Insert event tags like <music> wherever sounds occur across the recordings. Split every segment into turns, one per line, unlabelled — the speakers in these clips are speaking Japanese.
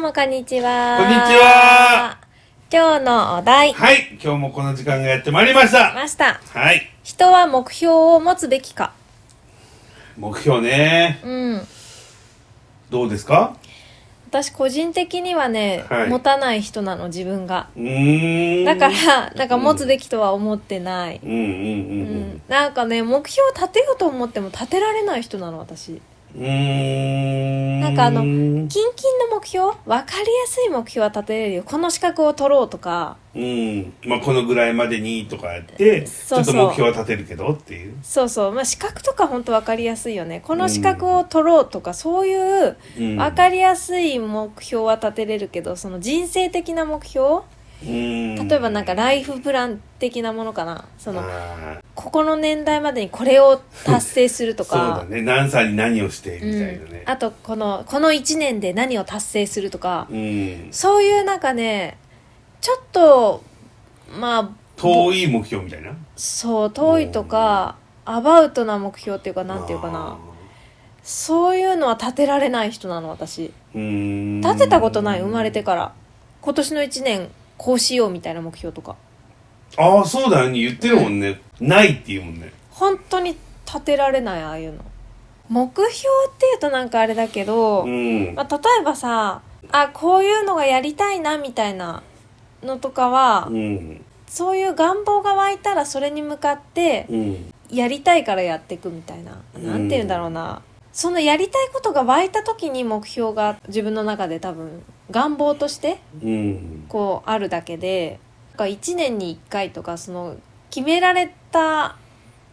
もこんにちは。
こんにちは。
今日のお題、
はい、今日もこの時間がやってまいりました。
ました。
はい、
人は目標を持つべきか。
目標ね、
うん。
どうですか
私個人的にはね、
はい
持たない人なの自分が。
うーん。
だか、ら、なんか持つべきとは思ってない。
うんうん
う
う
んん。なんかね、目標を立てようと思っても立てられない人なの私。
うん。うーん。
なんかあの
うん。
キンキンの目標分かりやすい目標は立てれるよ。この資格を取ろうとか。
まあ、このぐらいまでにとかやって、
そうそう
ちょっと目標は立てるけどっていう。
そうそう。まあ、資格とか本当分かりやすいよね。この資格を取ろうとか、そういう
うん
分かりやすい目標は立てれるけど、その人生的な目標
うん。
例えばなんかライフプラン的なものかな。その、
あー
ここの年代までにこれを達成すると
そう
か。
だね。何歳に何をして、みたいな
うん
ね。
あと、この、この1年で何を達成するとか。
うん。
そういうなんかね、ちょっと、まあ、
遠い目標みたいな。
そう遠いとかアバウトな目標っていうかなんていうかなそういうのは立てられない人なの私
あー。うーん。
立てたことない生まれてから今年の1年こうしようみたいな目標とか
ああ、そうだね。言ってるもんね。ないって言うもんね。
本当に立てられないああいうの目標っていうとなんかあれだけど、
うん。
まあ、例えばさあこういうのがやりたいなみたいなのとかは、
うん。
そういう願望が湧いたらそれに向かって
うん。
やりたいからやっていくみたいな
うん
なんて言うんだろうな、そのやりたいことが湧いた時に目標が自分の中で多分願望として
うん。
こうあるだけでなんか1年に1回とかその決められた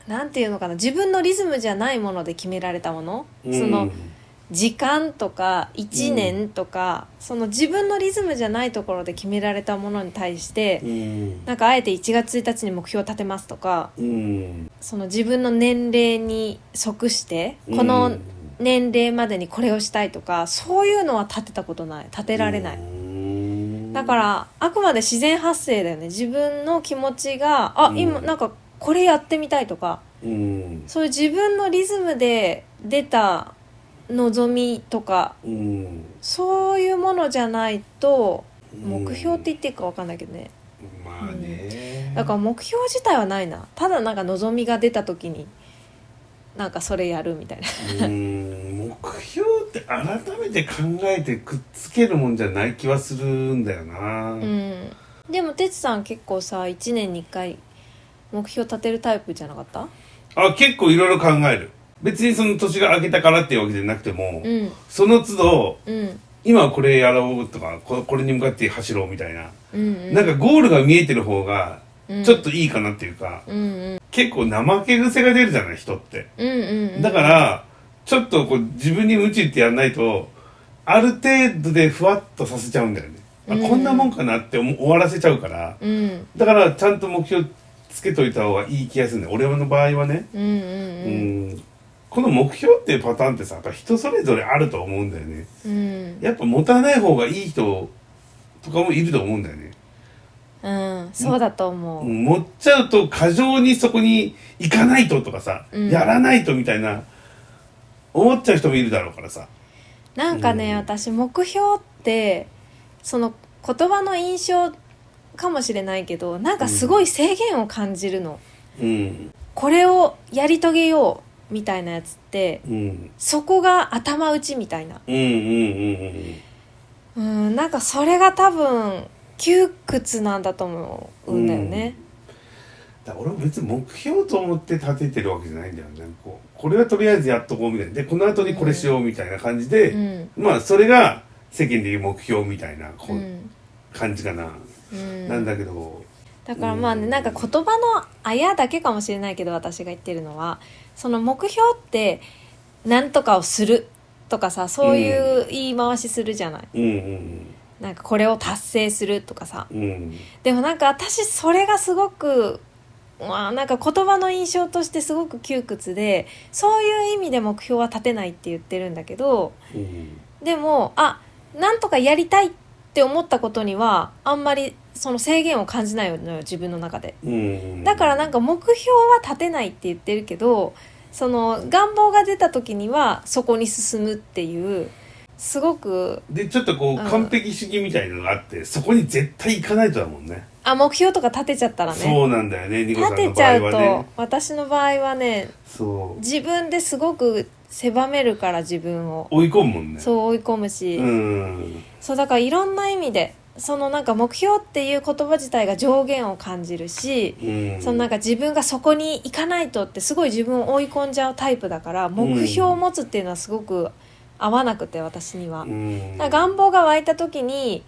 なんていうのかな自分のリズムじゃないもので決められたもの、その、時間とか1年とか、その自分のリズムじゃないところで決められたものに対して
う、ん。
なんかあえて1月1日に目標を立てますとか
うん。
その自分の年齢に即してこ
う
の
ん
年齢までにこれをしたいとかそういうのは立てたことない立てられない
うん
だからあくまで自然発生だよね自分の気持ちがあ
うん
今なんかこれやってみたいとか
うん。
そういう自分のリズムで出た望みとか
うん。
そういうものじゃないと
うん
目標って言っていいか分かんないけどね
まあね。
だから目標自体はないなただなんか望みが出た時になんかそれやるみたいな
うん。目標って改めて考えてくっつけるもんじゃない気はするんだよな。
うんでもてつさん結構さ1年に1回目標立てるタイプじゃなかった
あ、結構いろいろ考える。別にその年が明けたからっていうわけじゃなくても、
うん
その都度、
うん
今これやろうとか、ここれに向かって走ろうみたいな。
うんうん
なんかゴールが見えてる方が、
うん
ちょっといいかなっていうか、
うんうん
結構怠け癖が出るじゃない、人って。
うんうんうん
だから、ちょっとこう自分に無知ってやんないと、ある程度でふわっとさせちゃうんだよね。あ
うん
こんなもんかなって思終わらせちゃうから。
うん
だから、ちゃんと目標つけといた方がいい気がするんだよ。俺の場合はね。
うんうん
う
うん
ん。この目標っていうパターンってさ、やっぱ人それぞれあると思うんだよね。
うん
やっぱ持たない方がいい人とかもいると思うんだよね。
うんそうだと思う
持っちゃうと過剰にそこに行かないととかさ、
うん
やらないとみたいな思っちゃう人もいるだろうからさ
なんかね
うん
私目標ってその言葉の印象かもしれないけどなんかすごい制限を感じるの
うん
これをやり遂げようみたいなやつって
うん
そこが頭打ちみたいな
うんうんうん
うん、なんかそれが多分窮屈なんだと思うんだよね。
だから俺も別に目標と思って立ててるわけじゃないんだよねこうこれはとりあえずやっとこうみたいなでこの後にこれしようみたいな感じで、
うん。
まあそれが世間でいう目標みたいな
う。
こうん感じかな、
うん。
なんだけど
だからまあね、
うん
なんか言葉のあやだけかもしれないけど、私が言ってるのは、その目標って、なんとかをするとかさ、そういう言い回しするじゃない。
うんうん
なんかこれを達成するとかさ。
うん
でもなんか私それがすごく、まあなんか言葉の印象としてすごく窮屈で、そういう意味で目標は立てないって言ってるんだけど、
うん
でもあなんとかやりたいって思ったことにはあんまりその制限を感じないのよ自分の中で
うん
だからなんか目標は立てないって言ってるけどその願望が出た時にはそこに進むっていうすごく
でちょっとこう
うん
完璧主義みたいなのがあってそこに絶対行かないとだもんね
あ目標とか立てちゃったらね
そうなんだよねニコさ
立
ん
て
の
ち
場合
ゃう
は
と、
ね
私の場合はね
そう
自分ですごく狭めるから自分を
追い込むもんね
そう追い込むし、
うん
そうだからいろんな意味でそのなんか目標っていう言葉自体が上限を感じるし、
うん
そのなんか自分がそこに行かないとってすごい自分を追い込んじゃうタイプだから目標を持つっていうのはすごく合わなくて私には。
うん
だから願望が湧いた時に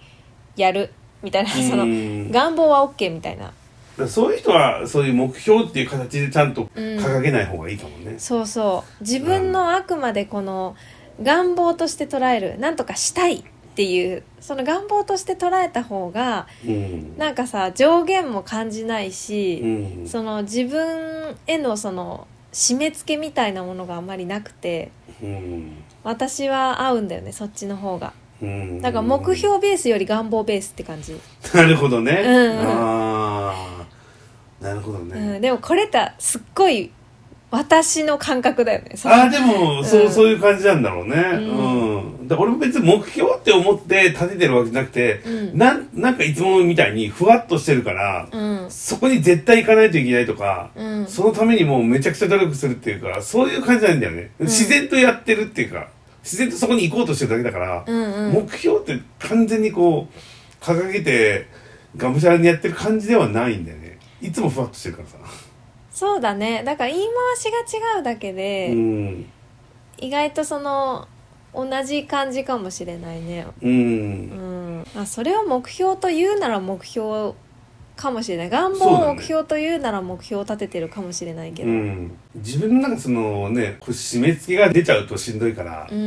やるみたいな、その
うんだか
願望は OK みたいな
らそういう人はそういう目標っていう形でちゃんと
うん
掲げない方がいいかもね、
そうそう自分のあくまでこの願望として捉えるなんとかしたいっていうその願望として捉えた方が
うん
なんかさ上限も感じないうし、
ん
その自分へのその締め付けみたいなものがあんまりなくて
うん
私は合うんだよねそっちの方が
うん
だから目標ベースより願望ベースって感じ、
なるほどね、
うんうん
ああなるほどね、
うん、でもこれたすっごい私の感覚だよねその
ああでもそう、
うん
そういう感じなんだろうねう
うん
ん、だから俺も別に目標って思って立ててるわけじゃなくて、
うん
なんなんかいつもみたいにふわっとしてるから、
うん
そこに絶対行かないといけないとか、
うん
そのためにもうめちゃくちゃ努力するっていうかそういう感じなんだよね、自然とやってるっていうか自然とそこに行こうとしてるだけだから、
うんうん
目標って完全にこう掲げてがむしゃらにやってる感じではないんだよねいつもふわっとしてるからさ、
そうだねだから言い回しが違うだけで、
うん
意外とその同じ感じかもしれないね
う
うんん、まあ、それを目標と言うなら目標かもしれない願望
そうだ
を
ね
目標と言うなら目標を立ててるかもしれないけ
う
どうん、
ん、自分なんかそのねこう締め付けが出ちゃうとしんどいから、そう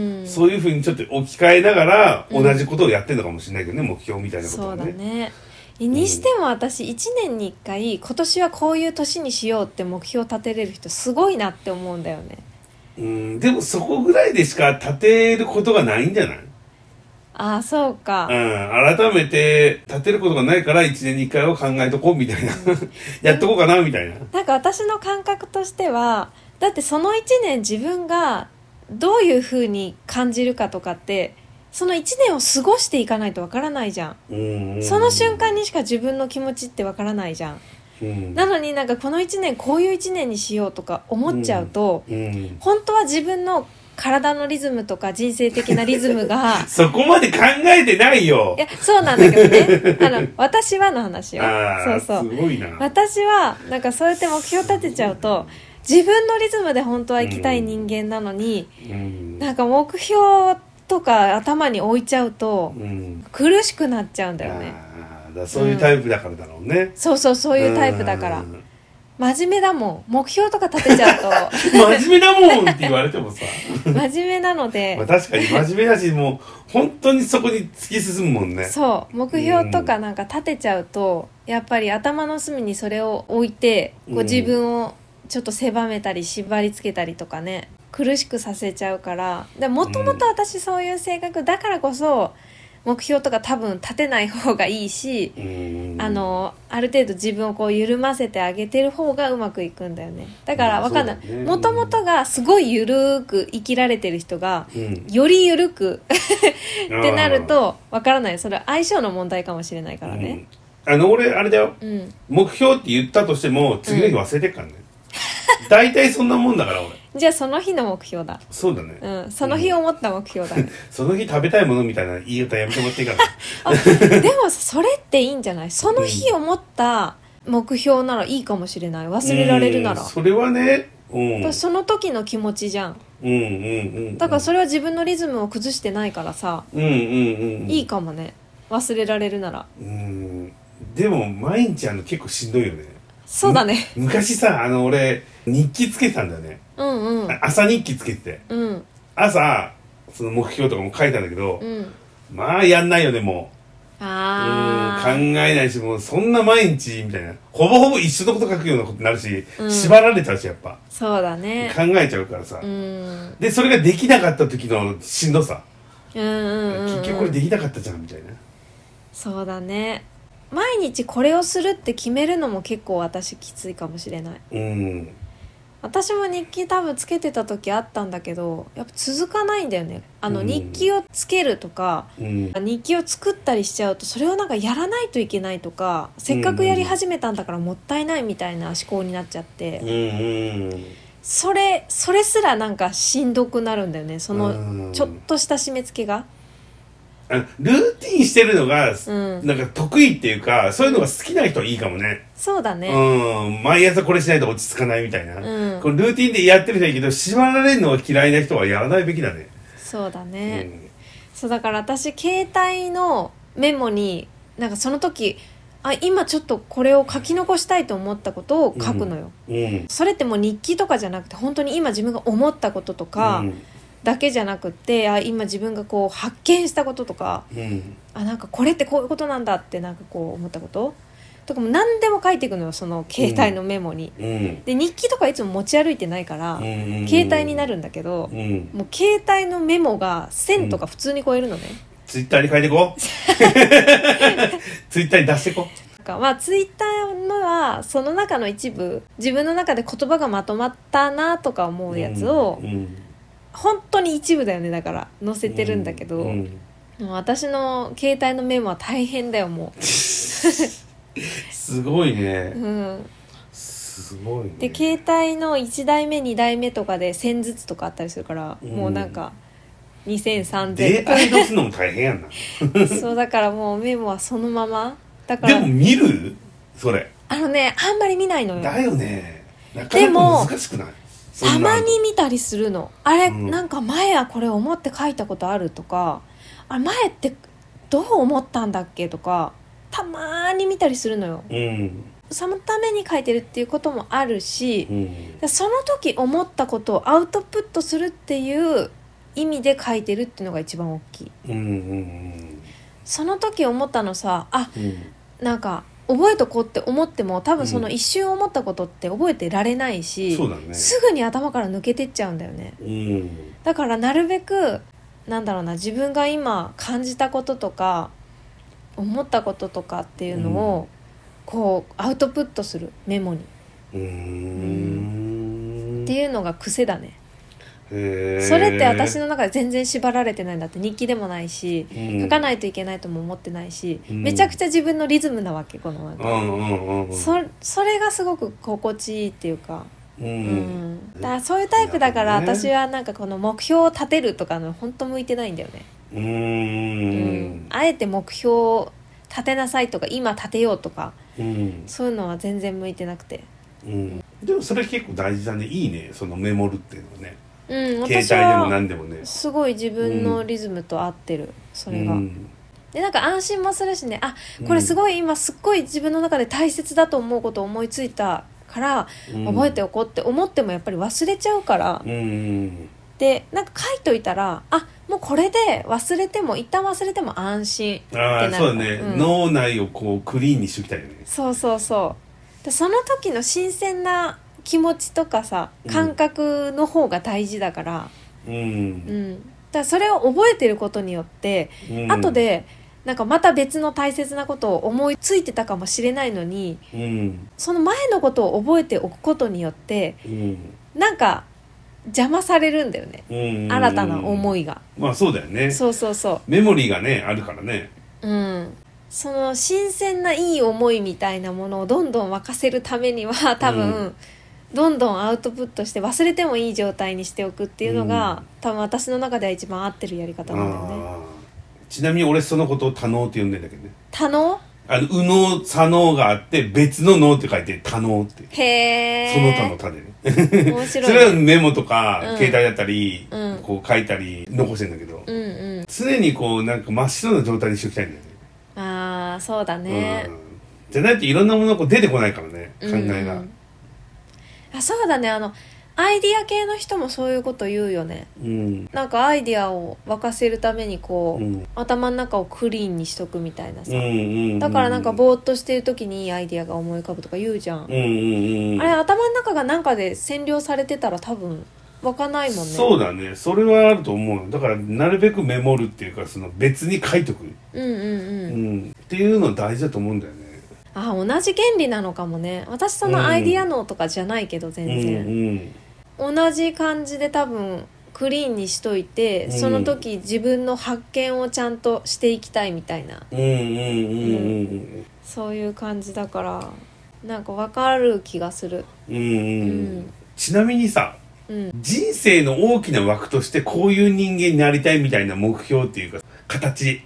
いうふうにちょっと置き換えながら
うん
同じことをやってるのかもしれないけどね、目標みたいなこと
そ
を
うだ
ね
ねえにしても私1年に1回今年はこういう年にしようって目標を立てれる人すごいなって思うんだよね
うんでもそこぐらいでしか立てることがないんじゃない
ああそうか、
うん、改めて立てることがないから1年に1回は考えとこうみたいなやっとこうかなみたいな
なんか私の感覚としてはだってその1年自分がどういうふうに感じるかとかってその1年を過ごしていかないとわからないじゃん
うん
その瞬間にしか自分の気持ちってわからないじゃん
うん
なのになんかこの1年こういう1年にしようとか思っちゃうと、
うん
本当は自分の体のリズムとか人生的なリズムが
<laughs> そこまで考えてないよ
いやそうなんだけどねあ
<laughs>
の私はの話よ
あ
そ
あ
うそう
すごいな、
私はなんかそうやって目標立てちゃうと自分のリズムで本当は行きたい人間なのに、
うん
なんか目標とか頭に置いちゃうと
うん
苦しくなっちゃうん
あ
だよね
ーだからそういうタイプだからだろうね、
そうそうそういうタイプだから
うん
真面目だもん目標とか立てちゃう
<laughs> 真面目だもんって言われても
<laughs>
さ
と真面目なの
まあ
で
確かに真面目だしもう本当にそこに突き進むもんね
そう目標とかなんか立てちゃうとやっぱり頭の隅にそれを置いてこ
う
うん自分をちょっと狭めたり縛りつけたりとかね苦しくさせちゃうからでもともと私そういう性格だからこそ目標とか多分立てない方がいいし、
うん
あのある程度自分をこう緩ませてあげてる方がうまくいくんだよねだから
まあ
わかんない
そうだね
もともとがすごい緩く生きられてる人が
うん
より緩く
っ
ってなるとわからないそれは相性の問題かもしれないからね
うん、あの俺あれだよ
うん、
目標って言ったとしても次の日忘れて
<laughs>
っからね、大体そんなもんだから俺
じゃあその日の目標だ
そうだね、
うんその日思った目標だね、
その日食べたいものみたいな言い方やめてもらっていいかな <laughs>
でもそれっていいんじゃないその日思った目標ならいいかもしれない忘れられるなら
うんそれはねうんう
や
ん
っぱその時の気持ちじゃん
うんうん
だからそれは自分のリズムを崩してないからさ
うんうんうんうん
いいかもね忘れられるなら
うんでも毎日あの結構しんどいよね
そうだね
む昔さあの俺日記つけてたんだよね、
うんうん
あ朝日記つけてて
うん
朝その目標とかも書いたんだけど、
うん
まあやんないよねもううん
あ
考
あ
えないしもうそんな毎日みたいなほぼほぼ一緒のこと書くようなことになるし、
うん
縛られちゃうしやっぱ
そうだ
考
ね
えちゃうからさ、
うんうん
でそれができなかった時のしんどさ、
うんうん、うん、
結局これできなかったじゃんみたいな
そうだね毎日これをするって決めるのも結構私きついかもしれない
うん
私も日記多分つけてた時あったんだけどやっぱ続かないんだよねあの
うん
日記をつけるとか、
うん
日記を作ったりしちゃうとそれをなんかやらないといけないとかせっかくやり始めたんだからもったいないみたいな思考になっちゃって、
うんうん
それそれすらなんかしんどくなるんだよねその
うん
ちょっとした締め付けが。
あのルーティンしてるのが、
うん、
なんか得意っていうかそういうのが好きな人はいいかもね
そうだね、
うん毎朝これしないと落ち着かないみたいな、
うん
このルーティンでやってる人はいいけど縛られるのが嫌いな人はやらないべきだね
そうだね、そうだから私携帯のメモになんかその時あ今ちょっとこれを書き残したいと思ったことを書くのよ、
うんうん
それってもう日記とかじゃなくて本当に今自分が思ったこととか
うん
だけじゃなくってあ今自分がこう発見したこととか
うん
あなんかこれってこういうことなんだってなんかこう思ったこととかも何でも書いていくのよその携帯のメモに。
うん
で日記とかいつも持ち歩いてないから、
うん
携帯になるんだけど、
うん
もう携帯のメモが1000とか普通に超えるのね。
ツイッターに変えて
<laughs>
こうツイッターに出してこ
なんかまあツイッターのはその中の一部自分の中で言葉がまとまったなとか思
う
うやつを、
うん
本当に一部だよねだから載せてるんだけど、
うんうん
でも私の携帯のメモは大変だよも、
すごいうね
うん、
すごいね
で携帯の1台目2台目とかで1000ずつとかあったりするから、
うん
もうなんか20003000
デー
とか
タに出すのも大変やんな
そう <laughs> だからもうメモはそのままだか
で
ら
も見るそれ
あのねあんまり見ないのよ
だよねなか
で
な
も
か難しくないそ
た
んな
ま
の
に見たりするのあれ、
うん
なんか前はこれ思って書いたことあるとかあれ前ってどう思ったんだっけとかたまーに見たりするのよ
うん
そのために書いてるっていうこともあるし
う、ん
でその時思ったことをアウトプットするっていう意味で書いてるっていうのが一番大きい
うんうん
その時思ったのさあ
うんうん
なんか覚えとこうって思っても多分その一瞬思ったことって覚えてられないし、
そうだね
すぐに頭から抜けてっちゃうんだよね
うん
だからなるべくなんだろうな自分が今感じたこととか思ったこととかっていうのを、こうアウトプットするメモに、
うーん
っていうのが癖だね、
へー
それって私の中で全然縛られてないんだって日記でもないし
うん
書かないといけないとも思ってないし、
うん
めちゃくちゃ自分のリズムなわけこのなん
う
か、
んうんうんうん
そそれがすごく心地いいっていうか、
う
うん
ん
だからそういうタイプだから
なるほど
私
ね
はなんかこの目標を立てるとかの本当向いてないんだよね
うー
うん
ん
あえて目標を立てなさいとか今立てようとか
うん
そういうのは全然向いてなくて
うんでもそれ結構大事だねいいねそのメモるっていうのはね
うん
携
私
帯でも
は
何でもね
すごい自分のリズムと合ってるそれが、
うん
でなんか安心もするしねあこれすごい今すっごい自分の中で大切だと思うことを思いついたから
うん
覚えておこうって思ってもやっぱり忘れちゃうから、
うんうん
でなんか書いといたらあもうこれで忘れても一旦忘れても安心
あ
ってなる
あそうだね、
うん
脳内をこうクリーンにしときたいよね
そうそうそうでその時の新鮮な気持ちとかさ
うん
感覚の方が大事だから、
う
うん
ん、
だからそれを覚えてることによって、
うん、
後、でなんかまた別の大切なことを思いついてたかもしれないのに
うん
その前のことを覚えておくことによって
うん
なんか邪魔されるんだよね
うん、
新たな思
い
いが、
まあそうだよね
そうそうそ
メモリーがねあるからね
ううんその新鮮ないい思いみたいなものをどんどん沸かせるためには多分、
う
どんどんアウトプットして忘れてもいい状態にしておくっていうのが、
うん
多分私の中では一番合ってるやり方なんだよね。
あーちなみに俺そのことを多能って呼んでんだけどね
多能
あの右脳左脳があって別の脳って書いて多能って
へ
その他の
え。
他でね
面
そ
白い、ね。
れはメモとか、
うん
携帯だったり、
うん
こう書いたり残してんだけど、
うんう
常にこうなんか真っ白な状態にしておきたいんだよね
ん。ああそうだね
う。ん、じゃないといろんなものがこう出てこないからね考
うん
えが、
あそうだねあのアイディア系の人もそういうこと言うよね。
うん
なんかアイディアを沸かせるためにこ
う
う、
ん
頭の中をクリーンにしとくみたいなさ。
うん
だからなんかぼーっとしてる時にいいアイディアが思い浮かぶとか言うじゃん。
うんうんうん
あれ頭の中がなんかで占領されてたら多分湧かないもんね
そうだねそれはあると思うよだからなるべくメモるっていうかその別に書いとく、
うんうん
う
うん
ん、っていうの大事だと思うんだよね
あ同じ原理なのかもね私そのアイディア脳とかじゃないけど
う
全
ん
然、同じ感じで多分クリーンにしといて、
うん
その時自分の発見をちゃんとしていきたいみたいな
うんうんうんうん
そういう感じだからなんかわかる気がする
うんうんう
うんん
ちなみにさ
うん
人生の大きな枠としてこういう人間になりたいみたいな目標っていうか形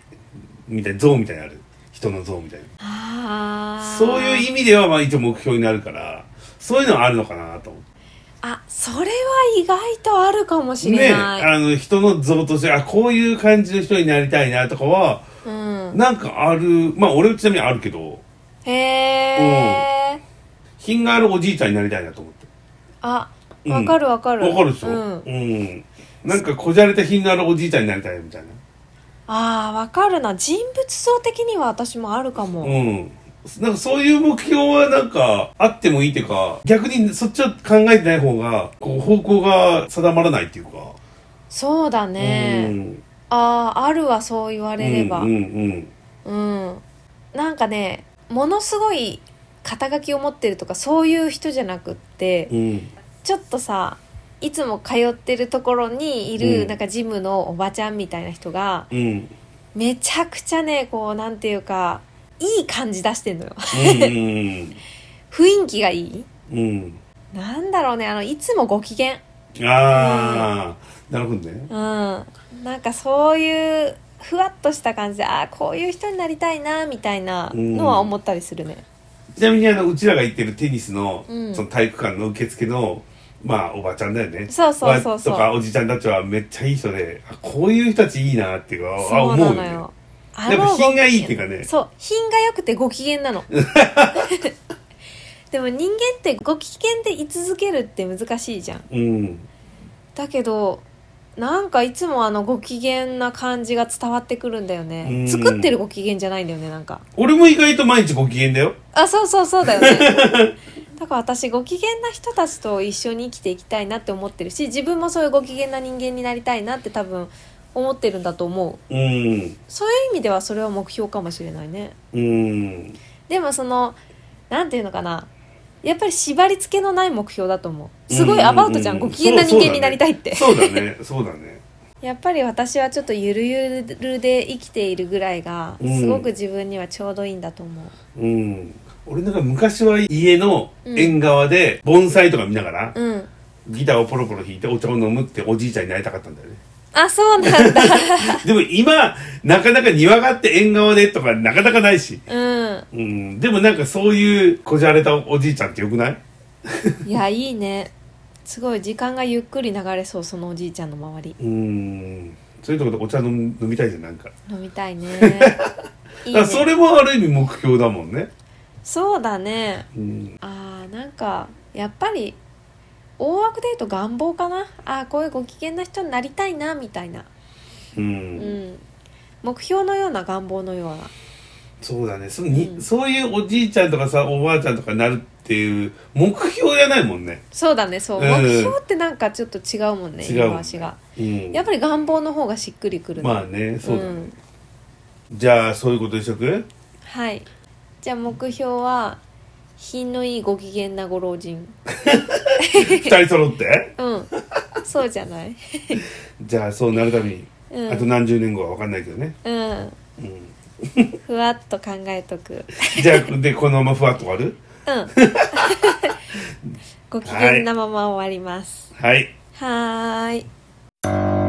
みたいな像みたいなのある人の像みたい
あ
な
ー
そういう意味ではまあ一応目標になるからそういうのはあるのかなと思って
あそれは意外とあるかもし
ね
れ
え
ない、
あの人の像としてあこういう感じの人になりたいなとかは
うん
なんかあるまあ俺はちなみにあるけど
へえ
品があるおじいちゃんになりたいなと思って
あ
うん
わかるわかる
わかるでしょ、
うん
うん、なんかこじゃれた品のあるおじいちゃんになりたいみたいな
あーわかるな人物像的には私もあるかも、
うん。なんかそういう目標はなんかあってもいいっていうか、逆にそっちを考えてない方が、こう方向が定まらないっていうか。
そうだね、
うん。
あああるわそう言われれば
うんうん
うん、なんかねものすごい肩書きを持ってるとかそういう人じゃなくって、
うん。うん。
ちょっとさいつも通ってるところにいる、
うん
なんかジムのおばちゃんみたいな人が
うん。うん
めちゃくちゃねこうなんていうかいい感じ出してんのよ <laughs>
うん
雰囲気がいい
うん。
なんだろうねあのいつもご機嫌
うん。ああ、なるほどね。
うんなんかそういうふわっとした感じでああこういう人になりたいなみたいなのは思ったりするね、
ちなみにあの、うちらが行ってるテニスの、
うん
その体育館の受付の、まあ、おばちゃんだよね。
そうそうそうそう
わとか、おじちゃんたちはめっちゃいい人で、あこういう人たちいいなっていうか、あ
そう
思
な
う
の
よね。
よ。あ
やっぱ
ご機嫌
品がいいっていうかね
そう、品が良くてご機嫌な
<laughs>
の。でも人間ってご機嫌で居続けるって難しいじゃん。
うん。
だけど、なんかいつもあのご機嫌な感じが伝わってくるんだよ
うん
ね。作ってるご機嫌じゃないんだよね、なんか。
俺も意外と毎日ご機嫌だよ。
あ、そうそうそうだよね。 <laughs> だから私ご機嫌な人たちと一緒に生きていきたいなって思ってるし、自分もそういうご機嫌な人間になりたいなって多分思ってるんだと思う。
うん。
そういう意味ではそれは目標かもしれないね。
うん。
でもそのなんていうのかなやっぱり縛り付けのない目標だと思うすごいアバウトじゃん,、
ううう
ご機嫌な人間になりたいって、
そうそうだねそうだね
やっぱり私はちょっとゆるゆるで生きているぐらいが
うん
すごく自分にはちょうどいいんだと思う、
そうだねうん俺なんか昔は家の縁側で盆栽とか見ながら、
うん
ギターをポロポロ弾いてお茶を飲むっておじいちゃんになりたかったんだよね
あそうなんだ
でも今なかなか庭があって縁側でとかなかなかないし
う
うんでもなんかそういうこじゃれたおじいちゃんってよくない
ん <laughs> いやいいねすごい時間がゆっくり流れそうそのおじいちゃんの周り
うんそういうとこでお茶飲む飲みたいじゃんなんか
飲みたいねいい
だか
ね
らそれも <laughs> ある意味目標だもんね
そうだね
うん
あーなんかやっぱり大枠で言うと願望かなあーこういうご機嫌な人になりたいなみたいな、う
う
んん、目標のような願望のような
そうだねそのに、
うん
そういうおじいちゃんとかさおばあちゃんとかになるっていう目標じゃないもんね
そうだねそう、
うん
目標ってなんかちょっと違うもんね
違うもんね
今足が
うん
やっぱり願望の方がしっくりくるね
まあねそうだね、
ん、
じゃあそういうことでしょく
はいじゃあ目標は品のいいご機嫌なご老人
二人
<laughs>
揃って
うんそうじゃない
じゃあそうなるために、
うん
あと何十年後は分かんないけどね、
うん
うん、
ふわっと考えとく
じゃあでこのままふわっと終わる
<laughs> うん。ご機嫌なまま終わります。
はい
はーい。